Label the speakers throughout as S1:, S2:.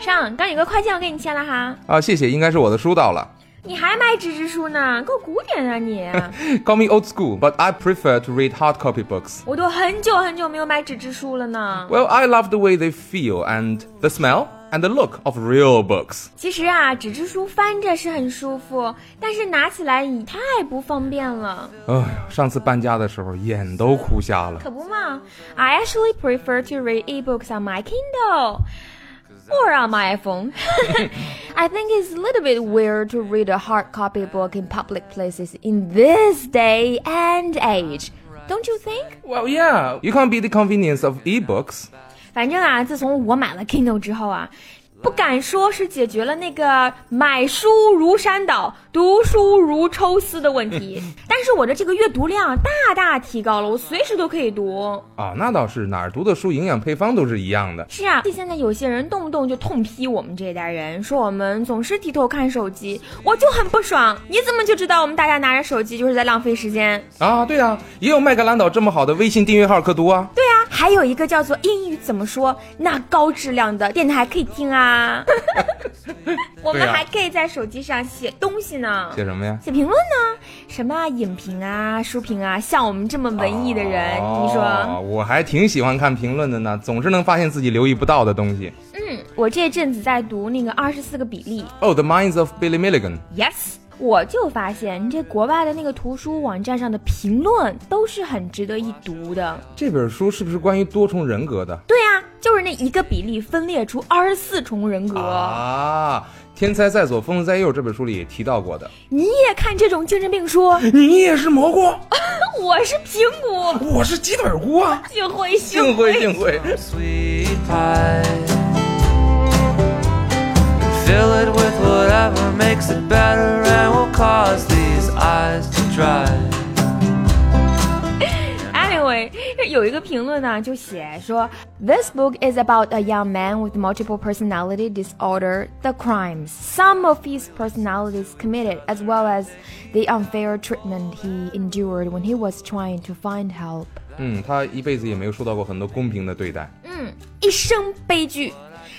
S1: 上，刚有个快件我给你签了哈。
S2: 啊，谢谢，应该是我的书到了。
S1: 你还买纸质书呢，够古典啊你！
S2: Call me old school, but I prefer to read hard copy books.
S1: 我都很久很久没有买纸质书了呢。
S2: Well, I love the way they feel and the smell and the look of real books.
S1: 其实啊，纸质书翻着是很舒服，但是拿起来你太不方便了，
S2: 哎呦，上次搬家的时候眼都哭瞎了。
S1: 可不嘛。I actually prefer to read ebooks on my Kindle. Or on my iPhone. I think it's a little bit weird to read a hard copy book in public places in this day and age. Don't you think?
S2: Well, yeah, you can't beat the convenience of ebooks.
S1: 反正啊，自从我买了 Kindle 之后啊，不敢说是解决了那个买书如山倒、读书如抽丝的问题，但是我的这个阅读量大大提高了，我随时都可以读。
S2: 啊，那倒是，哪儿读的书营养配方都是一样的。
S1: 是啊，现在有些人动不动就痛批我们这一代人，说我们总是低头看手机，我就很不爽。你怎么就知道我们大家拿着手机就是在浪费时间？
S2: 啊，对啊，也有麦格兰岛这么好的微信订阅号可读啊。
S1: 对啊，还有一个叫做英语怎么说，那高质量的电台可以听 啊。我们
S2: 对啊
S1: 还可以在手机上写东西呢，
S2: 写什么呀？
S1: 写评论呢，什么影评啊、书评啊，像我们这么文艺的人，你
S2: 哦
S1: 说，啊
S2: 我还挺喜欢看评论的呢，总是能发现自己留意不到的东西。
S1: 嗯，我这阵子在读那个二十四个比例
S2: Oh, the minds of Billy Milligan.
S1: ，yes。我就发现，这国外的那个图书网站上的评论都是很值得一读的。
S2: 这本书是不是关于多重人格的？
S1: 对啊，就是那一个比例分裂出二十四重人格。
S2: 啊，《天才在左，疯子在右》这本书里也提到过的。
S1: 你也看这种精神病书？
S2: 你也是蘑菇，
S1: 我是苹果，
S2: 我是鸡腿菇啊！
S1: 幸会幸
S2: 幸会幸会，
S3: sweet pie. Fill it with whatever makes it better and will cause these eyes to dry.
S1: Anyway，有一个评论呢，就写说，This book is about a young man with multiple personality disorder, the crimes some of his personalities committed, as well as the unfair treatment he endured when he was trying to find help。
S2: 嗯，他一辈子也没有受到过很多公平的对待。
S1: 一生悲剧。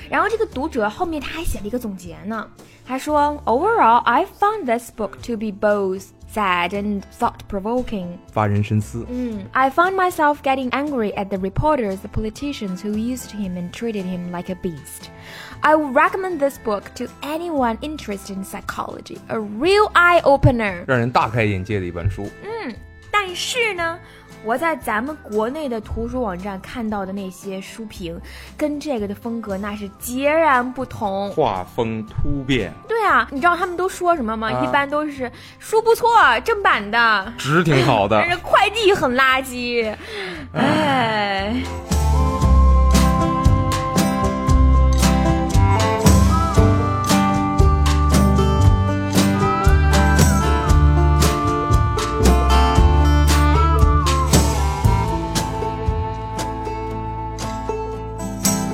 S1: 然后这个读者后面他还写了一个总结呢，他说，Overall, I found this book to be both sad and thought-provoking.
S2: 发人深思。
S1: I found myself getting angry at the reporters, the politicians who used him and treated him like a beast. I would recommend this book to anyone interested in psychology, a real eye opener.
S2: 让人大开眼界的一本书。
S1: 但是呢，我在咱们国内的图书网站看到的那些书评，跟这个的风格那是截然不同。
S2: 画风突变，
S1: 对啊，你知道他们都说什么吗？
S2: 啊
S1: 一般都是书不错，正版的，
S2: 值挺好 的
S1: 但。是快递很垃圾。哎，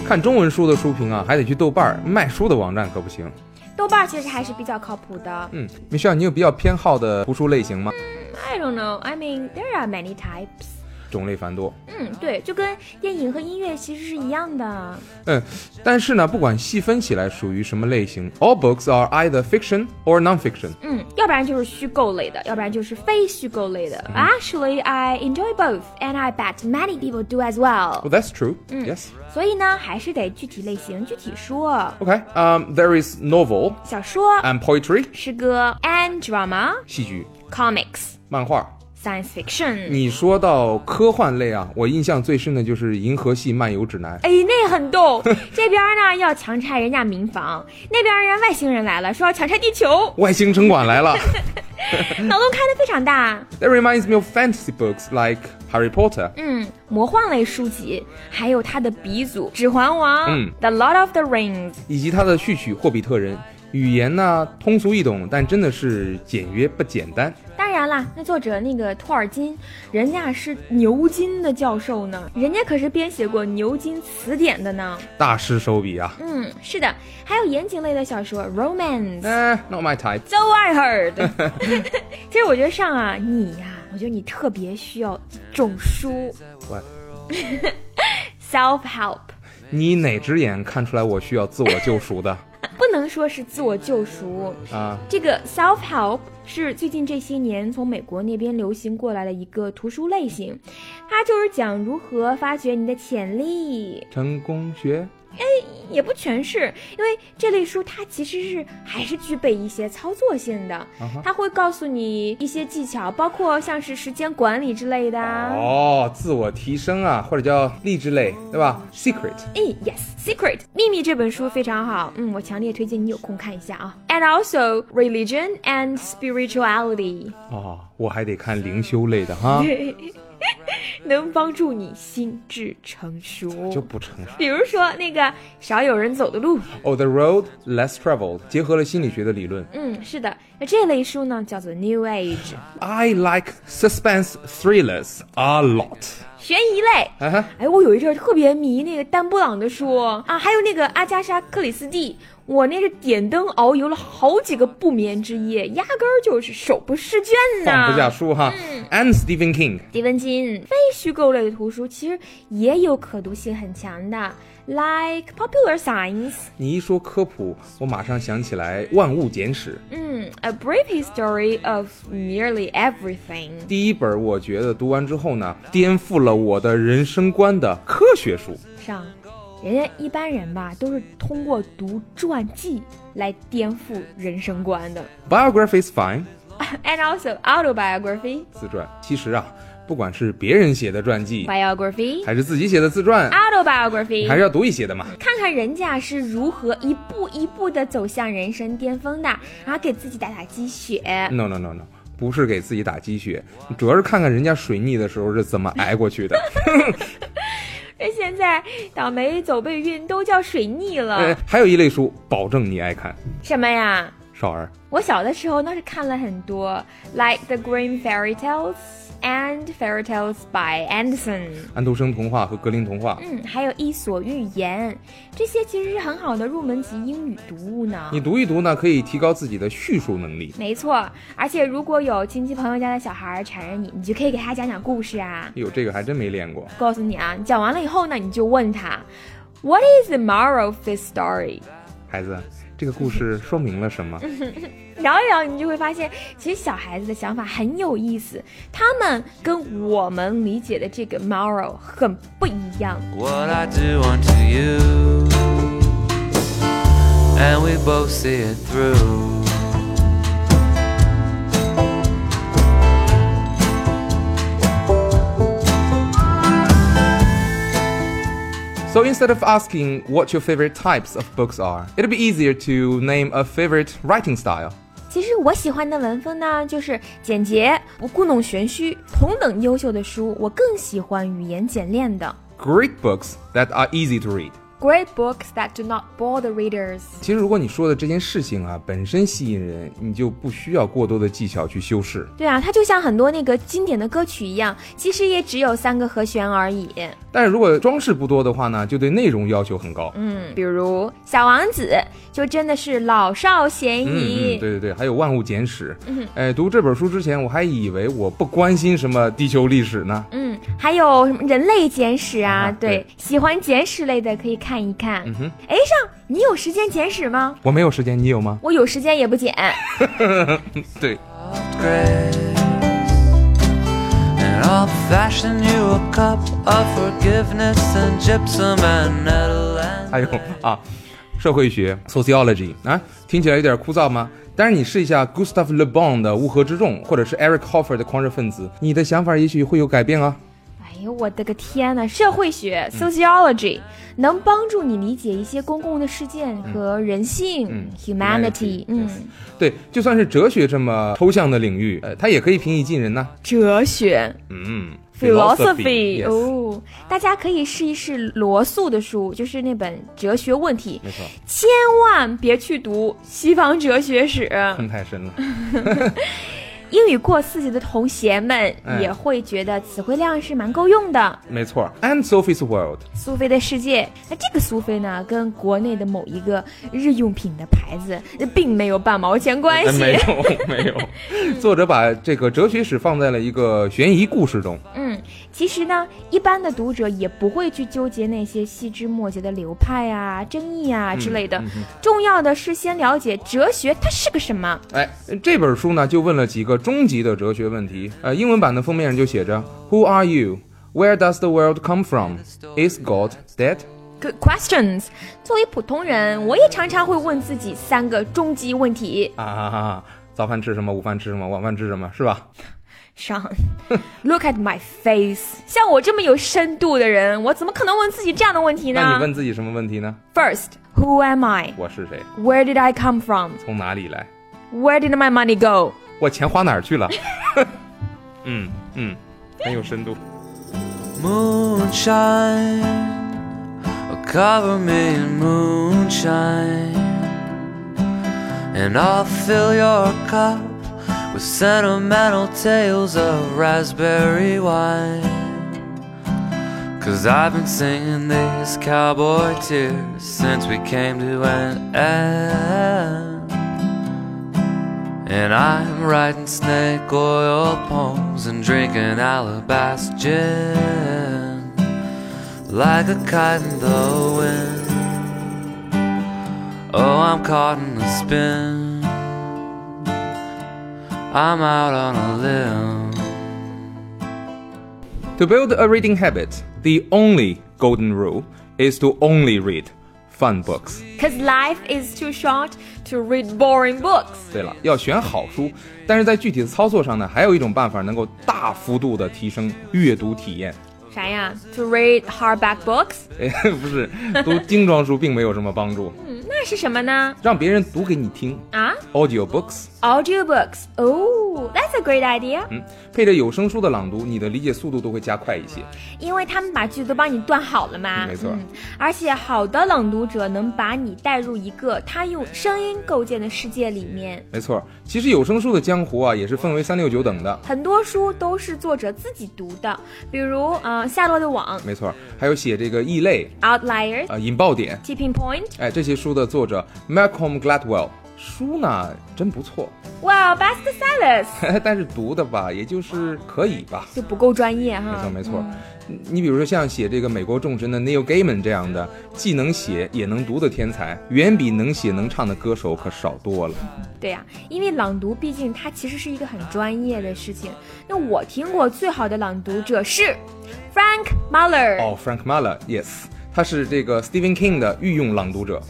S2: 看中文书的书评啊，还得去豆瓣儿卖书的网站可不行。
S1: 豆瓣其实还是比较靠谱的。
S2: 嗯，米雪，你有比较偏好的图书类型吗？
S1: I don't know, I mean there are many types.
S2: 种类繁多。
S1: 嗯，对，就跟电影和音乐其实是一样的。
S2: 嗯，但是呢，不管细分起来属于什么类型，all books are either fiction or non-fiction。
S1: 嗯，要不然就是虚构类的，要不然就是非虚构类的。Actually, I enjoy both, and I bet many people do as well.
S2: Well, that's true.
S1: 嗯
S2: Yes.
S1: 所以呢，还是得具体类型具体说，
S2: Okay. Um, there is novel
S1: 小说、
S2: and poetry，
S1: 诗歌 and drama,
S2: 戏剧、
S1: comics,
S2: 漫画。
S1: science fiction。
S2: 你说到科幻类啊，我印象最深的就是《银河系漫游指南》。
S1: 哎，那很逗。这边呢要强拆人家民房，那边人外星人来了，说要强拆地球，
S2: 外星城管来 了。
S1: 脑洞开的非常大。
S2: That reminds me of fantasy books like Harry Potter.
S1: 嗯，魔幻类书籍，还有他的鼻祖《指环王》
S2: 嗯
S1: The Lord of the Rings》。
S2: 以及它的序曲《霍比特人》，语言呢通俗易懂，但真的是简约不简单。
S1: 当然啦，那作者那个托尔金，人家是牛津的教授呢，人家可是编写过牛津词典的呢。
S2: 大师手笔啊
S1: 嗯，是的，还有言情类的小说 romance。
S2: ！Nah, not my type.
S1: So I heard 。 其实我觉得上啊，你呀、我觉得你特别需要一种书
S2: What?
S1: ，self help。
S2: 你哪只眼看出来我需要自我救赎的
S1: 不能说是自我救赎。
S2: 啊？
S1: 这个 self help 是最近这些年从美国那边流行过来的一个图书类型，它就是讲如何发掘你的潜力，
S2: 成功学
S1: 也不全是，因为这类书它其实是还是具备一些操作性的
S2: 啊哈，
S1: 它会告诉你一些技巧，包括像是时间管理之类的啊。
S2: 哦，自我提升啊，或者叫励志类，对吧？Secret
S1: 哎，Yes, Secret 秘密这本书非常好，嗯，我强烈推荐你有空看一下啊。And also religion and spirituality，
S2: 哦，我还得看灵修类的哈，
S1: 能帮助你心智成
S2: 就
S1: 熟。
S2: 不成熟。
S1: 比如说那个少有人走的路，
S2: 哦、t h e road less traveled 结合了心理学的理论。
S1: 嗯，是的，那这类书呢叫做 New Age
S2: I like suspense thrillers a lot。
S1: 悬疑类。
S2: 啊哈，
S1: 哎，我有一阵儿特别迷那个丹布朗的书啊，还有那个阿加莎·克里斯蒂，我那是点灯遨游了好几个不眠之夜，压根儿就是手不释卷呐。
S2: 放不下书哈。And Stephen King。
S1: 狄文金非虚构类的图书其实也有可读性很强的，like popular science，
S2: 你一说科普，我马上想起来《万物简史》
S1: 嗯，a brief history of nearly everything。
S2: 第一本，我觉得读完之后呢，颠覆了我的人生观的科学书。
S1: 上，人家一般人吧都是通过读传记来颠覆人生观的
S2: Biography is fine，
S1: ，and also autobiography,
S2: 自传。其实啊，不管是别人写的传记，
S1: biography,
S2: 还是自己写的自传，
S1: autobiography，
S2: 你还是要读一些的嘛。
S1: 看看人家是如何一步一步的走向人生巅峰的，然后给自己打打鸡血。
S2: No no no no，不是给自己打鸡血，主要是看看人家水逆的时候是怎么挨过去的。
S1: 这 现在倒霉走背运都叫水逆
S2: 哎
S1: 了，
S2: 还有一类书，保证你爱看。
S1: 什么呀？
S2: 少儿，
S1: 我小的时候那是看了很多，like the Green Fairy Tales and Fairy Tales by Anderson，
S2: 安徒生童话和格林童话，
S1: 嗯，还有《伊索寓言》，这些其实是很好的入门级英语读物呢。
S2: 你读一读呢，可以提高自己的叙述能力。
S1: 没错，而且如果有亲戚朋友家的小孩儿缠着你，你就可以给他讲讲故事啊。
S2: 哎呦，这个还真没练过。
S1: 告诉你啊，讲完了以后呢，你就问他，What is the moral of this story？
S2: 孩子，这个故事说明了什么？
S1: 聊一聊，你就会发现，其实小孩子的想法很有意思，他们跟我们理解的这个 moral 很不一样。
S3: What I do unto you, and we both see it through.
S2: So instead of asking what your favorite types of books are, it'd be easier to name a favorite writing style.
S1: 其实我喜欢的文风呢，就是简洁、不故弄玄虚、同等优秀的书，我更喜欢语言简练的。
S2: Great books that are easy to read.
S1: Great books that do not bore the readers。
S2: 其实，如果你说的这件事情啊本身吸引人，你就不需要过多的技巧去修饰。
S1: 对啊，它就像很多那个经典的歌曲一样，其实也只有三个和弦而已。
S2: 但是如果装饰不多的话呢，就对内容要求很高。嗯
S1: 嗯，比如《小王子》就真的是老少咸宜。
S2: 嗯，对对对，还有《万物简史》。哎，读这本书之前，我还以为我不关心什么地球历史呢。
S1: 嗯，还有什么人类简史啊？
S2: 啊
S1: 对
S2: 对
S1: 喜欢简史类的可以看一看。嗯
S2: 哼，
S1: 哎，上，你有时间简史吗？
S2: 我没有时间，你有吗？
S1: 我有时间也不剪。
S2: 对，
S3: grace And I'll fashion you a cup of forgiveness And gypsum and nettle and
S2: 还有啊，社会学 （sociology） 啊，听起来有点枯燥吗？但是你试一下 Gustav Le Bon 的《乌合之众》，或者是 Eric Hoffer 的《狂热分子》，你的想法也许会有改变啊。
S1: 哎呦，我的个天
S2: 嗯
S1: 呐！社会学 （sociology）、能帮助你理解一些公共的事件和人性、
S2: 嗯
S1: （humanity）。嗯，
S2: 对，就算是哲学这么抽象的领域，呃，它也可以平易近人呐、
S1: 哲学
S2: 嗯
S1: （philosophy）。
S2: yes
S1: 哦，大家可以试一试罗素的书，就是那本《哲学问题》。
S2: 没错，
S1: 千万别去读西方哲学史，
S2: 坑太深了。
S1: 英语过四级的同学们
S2: 哎
S1: 也会觉得词汇量是蛮够用的。
S2: 没错，And Sophie's World，
S1: 苏菲的世界，那这个苏菲呢，跟国内的某一个日用品的牌子呃并没有半毛钱关
S2: 哎
S1: 系。
S2: 没有没有，作者把这个哲学史放在了一个悬疑故事中。
S1: 嗯，其实呢，一般的读者也不会去纠结那些细枝末节的流派啊、争议啊之类的。
S2: 嗯
S1: 重要的是先了解哲学它是个什么。
S2: 哎，这本书呢就问了几个终极的哲学问题。呃，英文版的封面上就写着 “Who are you? Where does the world come from? Is God dead?”
S1: Good questions。作为普通人，我也常常会问自己三个终极问题。
S2: 啊，早饭吃什么？午饭吃什么？晚饭吃什么？是吧？
S1: 上 ，Look at my face。像我这么有深度的人，我怎么可能问自己这样的问题
S2: 那
S1: 呢
S2: 你问自己什么问题呢？
S1: ？First, who am I?
S2: 我是谁？
S1: Where did I come from?
S2: 从哪里来？
S1: Where did my money go?
S2: 我钱花哪儿去了？ 嗯嗯，很有深度。
S3: Moonshine, oh, cover me in moonshine, and I'll fill your cup with sentimental tales of raspberry wine. Cause I've been singing these cowboy tears since we came to an end. And I'm writing snake oil poems and drinking alabaster gin like a kite in the wind. Oh, I'm caught in a spin. I'm out on a limb.
S2: To build a reading habit, the only golden rule is to only read fun books.
S1: Cause life is too short to read boring books.
S2: 对了，要选好书，但是在具体的操作上呢，还有一种办法能够大幅度的提升阅读体验。
S1: 啥呀？To read hardback books？
S2: 哎， 不是，读精装书并没有什么帮助，
S1: 嗯，那是什么呢？
S2: 让别人读给你听。
S1: 啊
S2: Audiobooks，
S1: ，audiobooks。哦，that's a great idea，
S2: 嗯，配着有声书的朗读，你的理解速度都会加快一些。
S1: 因为他们把句子都帮你断好了嘛。
S2: 没错
S1: 嗯而且好的朗读者能把你带入一个他用声音构建的世界里面。
S2: 没错，其实有声书的江湖啊，也是分为三六九等的。
S1: 很多书都是作者自己读的，比如呃夏洛的网、
S2: 没错，还有写这个异类
S1: Outliers、
S2: 啊、引爆点，
S1: Tipping Point。
S2: 哎，这些书的作者 Malcolm Gladwell，书呢真不错，
S1: 哇、b e s t sellers
S2: 但是读的吧，也就是可以吧。
S1: 就不够专业
S2: 没
S1: 哈
S2: 错。没错，你你比如说像写这个美国众神的 Neil Gaiman 这样的既能写也能读的天才，远比能写能唱的歌手可少多了。
S1: 对呀、因为朗读毕竟它其实是一个很专业的事情。那我听过最好的朗读者是 Frank Muller。
S2: 哦，Frank Muller，yes，他是这个 Stephen King 的御用朗读者。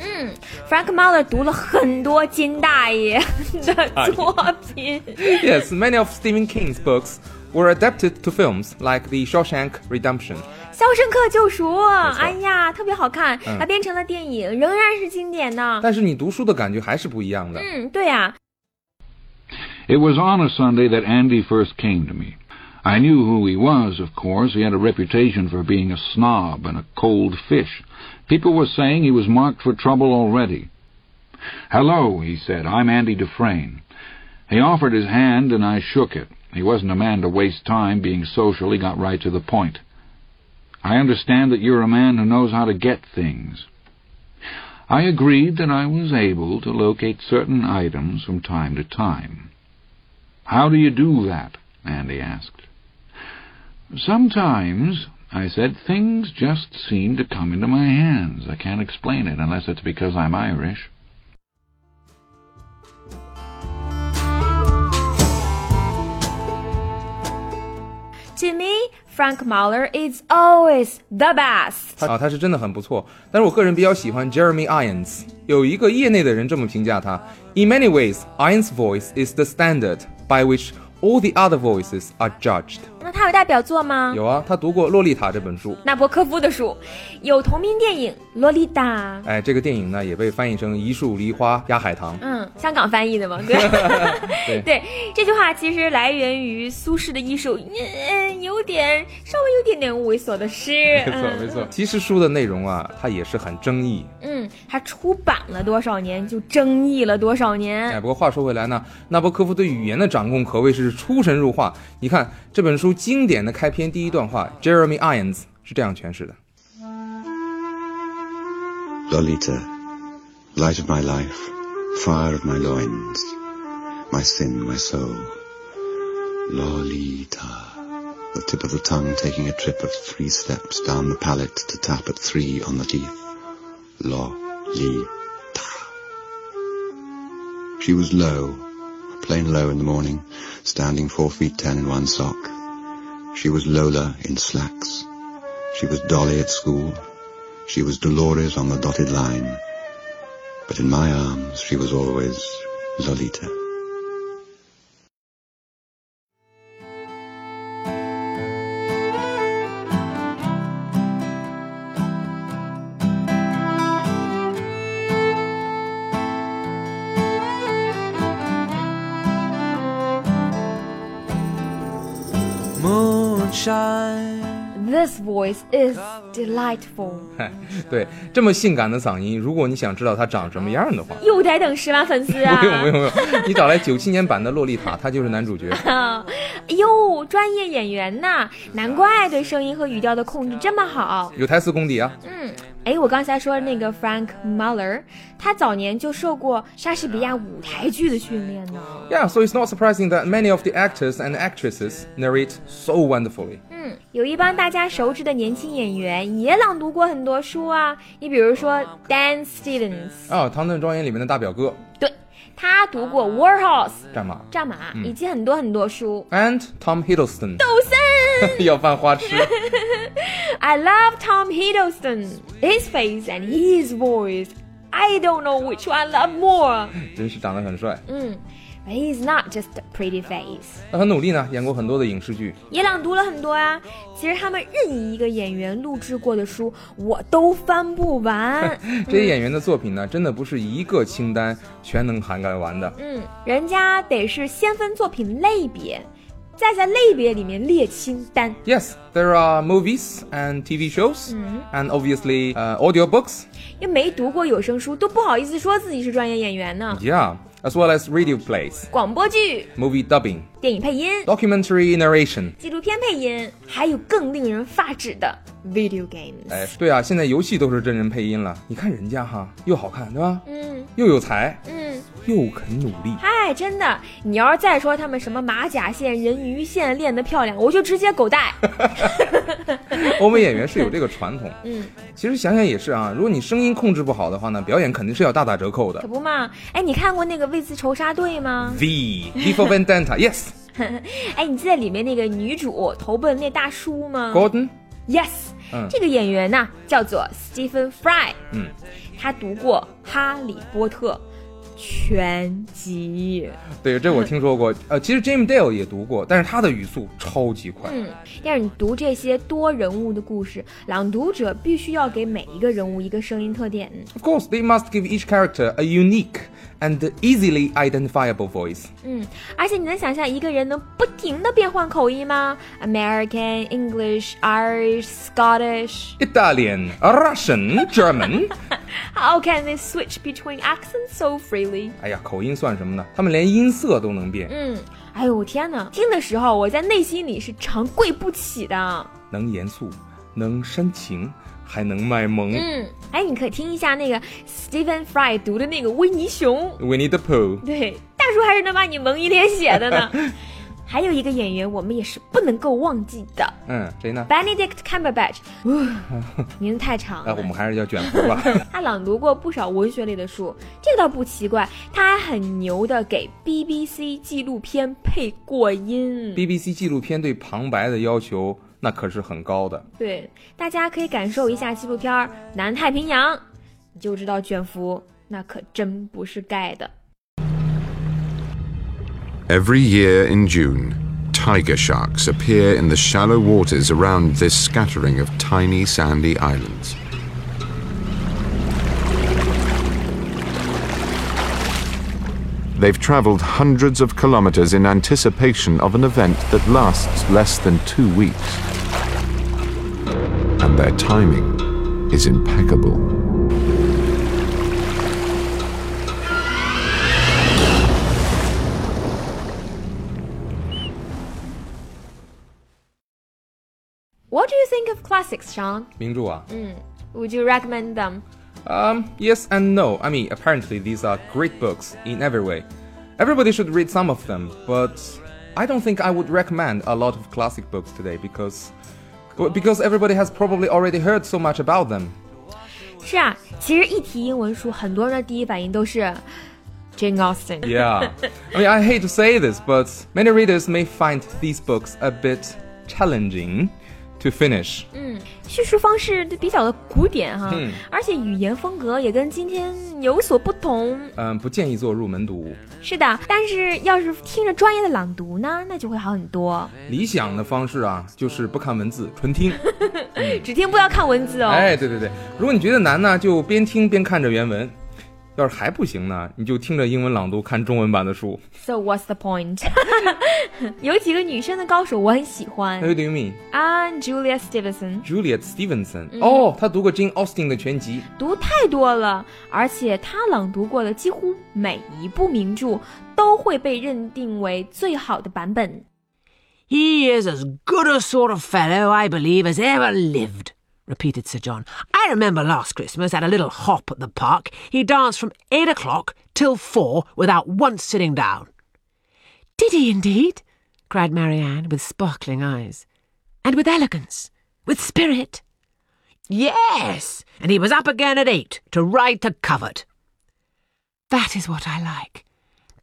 S1: Frank Muller 读了很多金大爷 的作品。
S2: Yes, many of Stephen King's books were adapted to films like The Shawshank Redemption。
S1: 《肖申克救赎》，
S2: 错嗯
S1: 哎呀，特别好看，还编成了电影，仍然是经典呢。
S2: 但是你读书的感觉还是不一样的。
S1: 嗯，对呀、
S4: It was on a Sunday that Andy first came to me. I knew who he was, of course. He had a reputation for being a snob and a cold fish. People were saying he was marked for trouble already. Hello, he said. I'm Andy Dufresne. He offered his hand, and I shook it. He wasn't a man to waste time being social. He got right to the point. I understand that you're a man who knows how to get things. I agreed that I was able to locate certain items from time to time. How do you do that? Andy asked. Sometimes, I said, things just seem to come into my hands. I can't explain it unless it's because I'm Irish.
S1: To me, Frank Muller is always the best.
S2: 啊，他是真的很不错。但是我个人比较喜欢 Jeremy Irons。有一个业内的人这么评价他：In many ways, Irons' voice is the standard by which all the other voices are judged。
S1: 那他有代表作吗？
S2: 有啊，他读过《洛丽塔》这本书。
S1: 纳博科夫的书，有同名电影《洛丽塔》。
S2: 哎，这个电影呢也被翻译成“一树梨花压海棠
S1: 嗯，香港翻译的嘛，对
S2: 对
S1: 这句话其实来源于苏轼的一首，嗯，有点稍微有点点猥琐的诗”。。
S2: 没错，
S1: 嗯
S2: 没错。其实书的内容啊，它也是很争议。
S1: 嗯，他出版了多少年，就争议了多少年。
S2: 哎，不过话说回来呢，纳博科夫对语言的掌控可谓是出神入化。你看这本书经典的开篇第一段话，Jeremy Irons 是这样诠释的。
S5: Lolita, light of my life, fire of my loins, my sin, my soul. Lolita, the tip of the tongue taking a trip of three steps down the palate to tap at three on the teeth. Lo, li, ta. She was low, plain low in the morning, standing four feet ten in one sock. She was Lola in slacks. She was Dolly at school. She was Dolores on the dotted line. But in my arms, she was always Lolita.
S3: Moonshine.
S1: This voice is delightful.
S2: 对，这么性感的嗓音，如果你想知道她长什么样的话，
S1: 又得等十万粉丝啊！
S2: 不用不用不用，你找来九七年版的洛丽塔，她就是男主角。
S1: 啊，哎呦，专业演员呐，难怪对声音和语调的控制这么好。
S2: 有台词功底啊！
S1: 嗯，哎，我刚才说的那个 Frank Muller，他早年就受过莎士比亚舞台剧的训练呢。
S2: Yeah, so it's not surprising that many of the actors and actresses narrate so wonderfully.
S1: 嗯，有一帮大家熟知的年轻演员也朗读过很多书啊，你比如说 Dan Stevens，
S2: 啊，《唐顿庄园》里面的大表哥
S1: 对他读过 Warhols
S2: 战马
S1: 战马，以及很多很多书。
S2: ，and Tom Hiddleston
S1: 抖森
S2: 要犯花痴。
S1: I love Tom Hiddleston, his face and his voice. I don't know which one I love more.
S2: 真是长得很帅。
S1: 嗯，But he's not just a pretty face.
S2: 他很努力呢，演过很多的影视剧。
S1: 也朗读了很多呀、其实他们任意一个演员录制过的书，我都翻不完。
S2: 这些演员的作品呢，真的不是一个清单全能涵盖完的。
S1: 嗯，人家得是先分作品类别，再在类别里面列清单。
S2: Yes, there are movies and TV shows,
S1: Mm-hmm.
S2: and obviously uh, audiobooks.
S1: 因为没读过有声书，都不好意思说自己是专业演员呢。
S2: Yeah, as well as radio plays,
S1: 广播剧、
S2: movie dubbing,
S1: 电影配音、
S2: documentary narration.
S1: 纪录片配音，还有更令人发指的 video games。
S2: 哎，对啊，现在游戏都是真人配音了。你看人家哈，又好看，对吧？
S1: 嗯
S2: 又有才，
S1: 嗯，
S2: 又肯努 力。
S1: 嗨，真的，你要是再说他们什么马甲线、人鱼线练得漂亮，我就直接狗带。
S2: 欧美演员是有这个传统。
S1: 嗯，
S2: 其实想想也是啊，如果你声音控制不好的话呢，表演肯定是要大打折扣的
S1: 可。不嘛，哎，你看过那个《为此仇杀队》吗？
S2: V V for Vendetta, yes.
S1: 哎，你记得里面那个女主投奔那大叔吗
S2: Gordon，
S1: ？Yes，、
S2: 哦嗯
S1: 这个演员呐叫做 Stephen Fry，
S2: 嗯，
S1: 他读过《哈利波特》全集。
S2: 对，这我听说过。呃，其实 Jim Dale 也读过，但是他的语速超级快。
S1: 嗯，但是你读这些多人物的故事，朗读者必须要给每一个人物一个声音特点。
S2: Of course, they must give each character a unique and easily identifiable voice.
S1: 嗯，而且你能想象一个人能不停的变换口音吗？American, English, Irish, Scottish.
S2: Italian, Russian, German。
S1: How can they switch between accents so freely?
S2: 哎呀，口音算什么呢？他们连音色都能变，
S1: 嗯，哎呦我天哪！听的时候我在内心里是长跪不起的。
S2: 能严肃，能煽情，还能卖萌。
S1: 嗯，哎，你可听一下那个 Stephen Fry 读的那个威尼熊。
S2: Winnie the Pooh。
S1: 对，大叔还是能把你蒙一脸血的 呢。还有一个演员，我们也是不能够忘记的
S2: 嗯，谁呢？
S1: ，Benedict Cumberbatch，呃名字太长
S2: 哎，我
S1: 了。
S2: 们还是叫卷福 吧。
S1: 他朗读过不少文学类的书，这倒不奇怪。他还很牛的给 BBC 纪录片配过音。
S2: BBC 纪录片对旁白的要求那可是很高的。
S1: 对，大家可以感受一下纪录片《南太平洋》，你就知道卷福那可真不是盖的。
S6: Every year in June, tiger sharks appear in the shallow waters around this scattering of tiny sandy islands. They've travelled hundreds of kilometres in anticipation of an event that lasts less than two weeks. And their timing is impeccable.
S1: What do you think of classics, Sean?
S2: 名著啊，
S1: Would you recommend them?
S2: Um, yes and no. I mean, apparently these are great books in every way. Everybody should read some of them, but I don't think I would recommend a lot of classic books today because well, because everybody has probably already heard so much about them.
S1: 是啊，其实一提英文书，很多人的第一反应都是 Jane Austen。
S2: Yeah. I mean, I hate to say this, but many readers may find these books a bit challenging to finish.
S1: 叙述方式都比较的古典哈，而且语言风格也跟今天有所不同。
S2: 嗯，不建议做入门读物。
S1: 是的，但是要是听着专业的朗读呢，那就会好很多。
S2: 理想的方式啊，就是不看文字，纯听。
S1: 只听不要看文字哦。
S2: 哎，对对对，如果你觉得难呢，就边听边看着原文；要是还不行呢，你就听着英文朗读，看中文版的书。
S1: So what's the point？有几个女生的高手我很喜欢
S2: Who do you mean?
S1: 啊，Julia Stevenson
S2: Juliet Stevenson？、哦，
S1: 嗯
S2: 她读过 Jane Austen 的全集。
S1: 读太多了，而且她朗读过的几乎每一部名著都会被认定为最好的版本。
S7: He is as good a sort of fellow, I believe, as ever lived, repeated Sir John. I remember last Christmas at a little hop at the park, he danced from eight o'clock till four without once sitting down. Did he indeed? cried Marianne with sparkling eyes. And with elegance, with spirit. Yes, and he was up again at eight to ride to covert. That is what I like.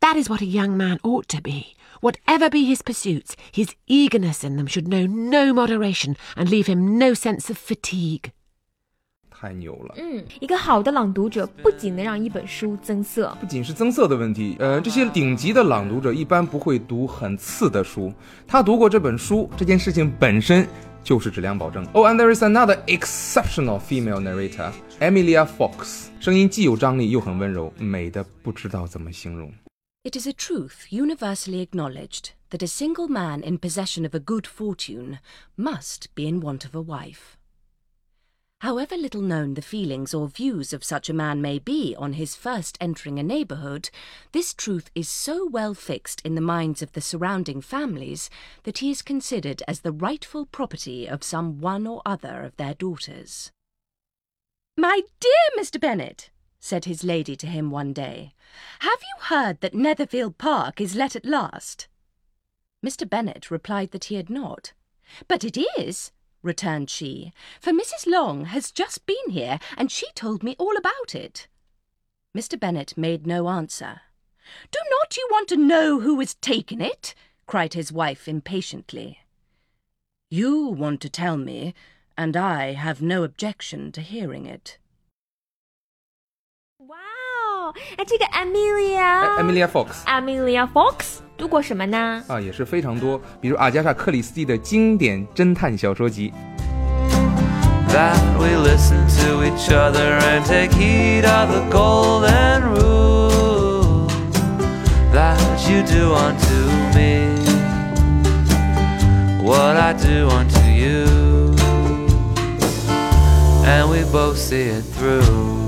S7: That is what a young man ought to be. Whatever be his pursuits, his eagerness in them should know no moderation and leave him no sense of fatigue.
S2: 太牛了！
S1: 嗯，一个好的朗读者不仅能让一本书增色，
S2: 不仅是增色的问题，呃，这些顶级的朗读者一般不会读很次的书。他读过这本书，这件事情本身就是质量保证。Oh, and there is another exceptional female narrator, Emilia Fox，声音既有张力又很温柔，美的不知道怎么形容。
S8: It is a truth universally acknowledged that a single man in possession of a good fortune must be in want of a wife. However little known the feelings or views of such a man may be on his first entering a neighbourhood, this truth is so well fixed in the minds of the surrounding families that he is considered as the rightful property of some one or other of their daughters. My dear Mr. Bennet, said his lady to him one day, have you heard that Netherfield Park is let at last? Mr. Bennet replied that he had not. But it is, returned she, for Mrs. Long has just been here, and she told me all about it. Mr. Bennet made no answer. Do not you want to know who has taken it? cried his wife impatiently. You want to tell me, and I have no objection to hearing it.
S1: 哇哦！哎，这个 Amelia
S2: Emilia Fox
S1: Amelia Fox 读过什么呢？
S2: 啊，也是非常多，比如阿加莎·克里斯蒂的经典侦探小说集，
S3: that we listen to each other and take heed of the golden rule that you do unto me what I do unto you, and we both see it through.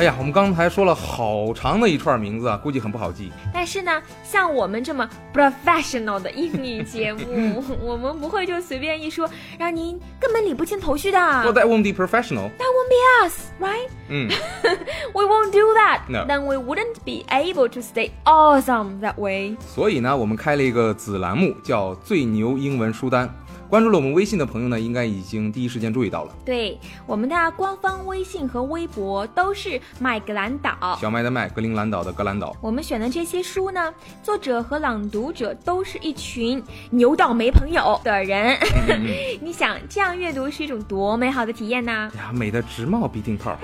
S2: 哎呀，我们刚才说了好长的一串名字啊，估计很不好记。
S1: 但是呢，像我们这么 professional 的英语节 目， 我们不会就随便一说，让您根本理不清头绪的。
S2: Well, that won't be professional.
S1: That won't be us, right?
S2: 嗯
S1: We won't do that.
S2: No.
S1: Then we wouldn't be able to stay awesome that way.
S2: 所以呢，我们开了一个子栏目，叫“最牛英文书单”。关注了我们微信的朋友呢，应该已经第一时间注意到了。
S1: 对，我们的官方微信和微博都是麦格兰岛。
S2: 小麦的麦，格陵兰岛的格兰岛，
S1: 我们选的这些书呢，作者和朗读者都是一群牛到没朋友的人。
S2: 嗯
S1: 你想，这样阅读是一种多美好的体验呐！
S2: 哎呀，美得直冒鼻涕泡儿。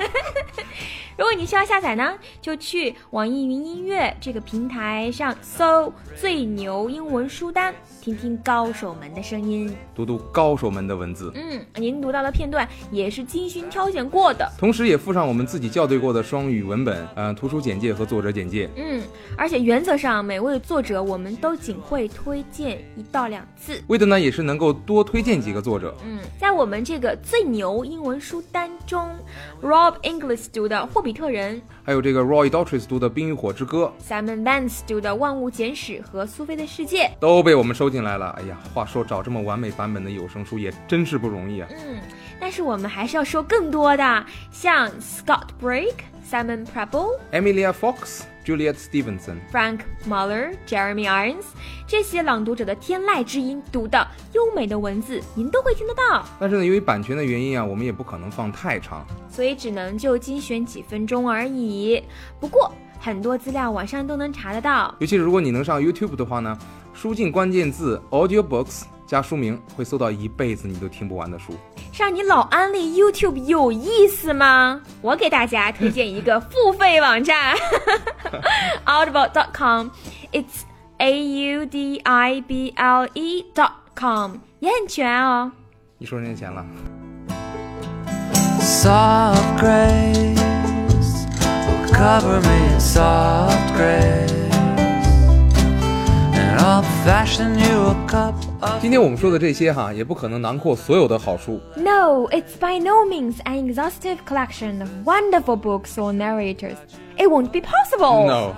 S1: 如果你需要下载呢，就去网易云音乐这个平台上搜“最牛英文书单”，听听高手们的声音。
S2: 读读高手们的文字，
S1: 嗯，您读到的片段也是精心挑选过的。
S2: 同时也附上我们自己校对过的双语文本，呃，图书简介和作者简介。
S1: 嗯，而且原则上每位作者我们都仅会推荐一到两次。
S2: 为的呢，也是能够多推荐几个作者。
S1: 嗯，在我们这个最牛英文书单中，Rob Inglis 读的《霍比特人
S2: 还有这个 Roy Dotrice 读的《冰与火之歌》
S1: ，Simon Vance 读的《万物简史》和《苏菲的世界》。
S2: 都被我们收进来了。哎呀，话说找这么完美版本的有声书也真是不容易啊。
S1: 嗯，但是我们还是要说更多的，像 Scott Brake、Simon Preble、
S2: Emilia Fox、 Juliet Stevenson。
S1: Frank Muller、Jeremy Irons 这些朗读者的天籁之音，独到优美的文字，您都会听得到，
S2: 但是呢，由于版权的原因啊，我们也不可能放太长。
S1: 所以只能就精选几分钟而已。不过很多资料网上都能查得到。
S2: 尤其是如果你能上 YouTube 的话呢，输进关键字 audiobooks 加书名，会搜到一辈子你都听不完的书。
S1: 让你老安利 YouTube 有意思吗？我给大家推荐一个付费网站 ，audible.com，it's a u d i b l e dot com，也很全哦。
S2: 你收人家钱了，
S3: Soft grace will cover me in soft grace, and I'll fashion you a cup of.
S2: 今天我们说的这些哈，也不可能囊括所有的好书。
S1: No, it's by no means an exhaustive collection of wonderful books or narrators. It won't be possible.
S2: No，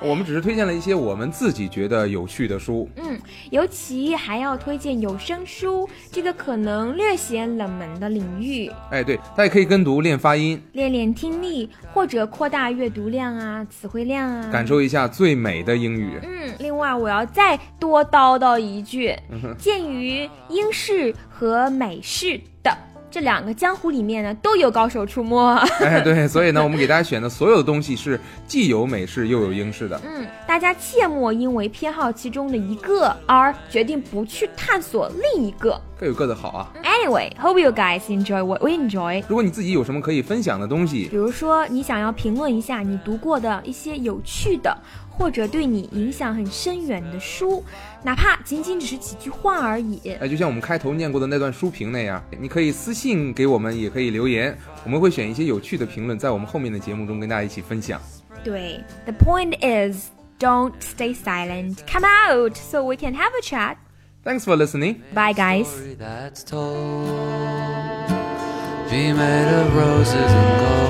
S2: 我们只是推荐了一些我们自己觉得有趣的书。
S1: 嗯，尤其还要推荐有声书这个可能略显冷门的领域，
S2: 哎，对，大家可以跟读练发音，
S1: 练练听力或者扩大阅读量啊、词汇量啊。
S2: 感受一下最美的英语。
S1: 嗯，另外我要再多叨叨一句，
S2: 嗯
S1: 鉴于英式和美式的这两个江湖里面呢，都有高手出没。
S2: 哎，对，所以呢，我们给大家选的所有的东西是既有美式又有英式的。
S1: 嗯，大家切莫因为偏好其中的一个而决定不去探索另一个。
S2: 各有各的好啊。
S1: Anyway, hope you guys enjoy what we enjoy.
S2: 如果你自己有什么可以分享的东
S1: 比
S2: 西，
S1: 如说，你想要评论一下你读过的一些有趣的，或者对你影响很深远的书，哪怕仅仅只是几句话而已。
S2: 哎，就像我们开头念过的那段书评那样，你可以私信给我们，也可以留言，我们会选一些有趣的评论，在我们后面的节目中跟大家一起分享。
S1: 对，The point is, don't stay silent. Come out so we can have a chat.
S2: Thanks for listening.
S1: Bye, guys.
S3: story that's told be made of roses and gold.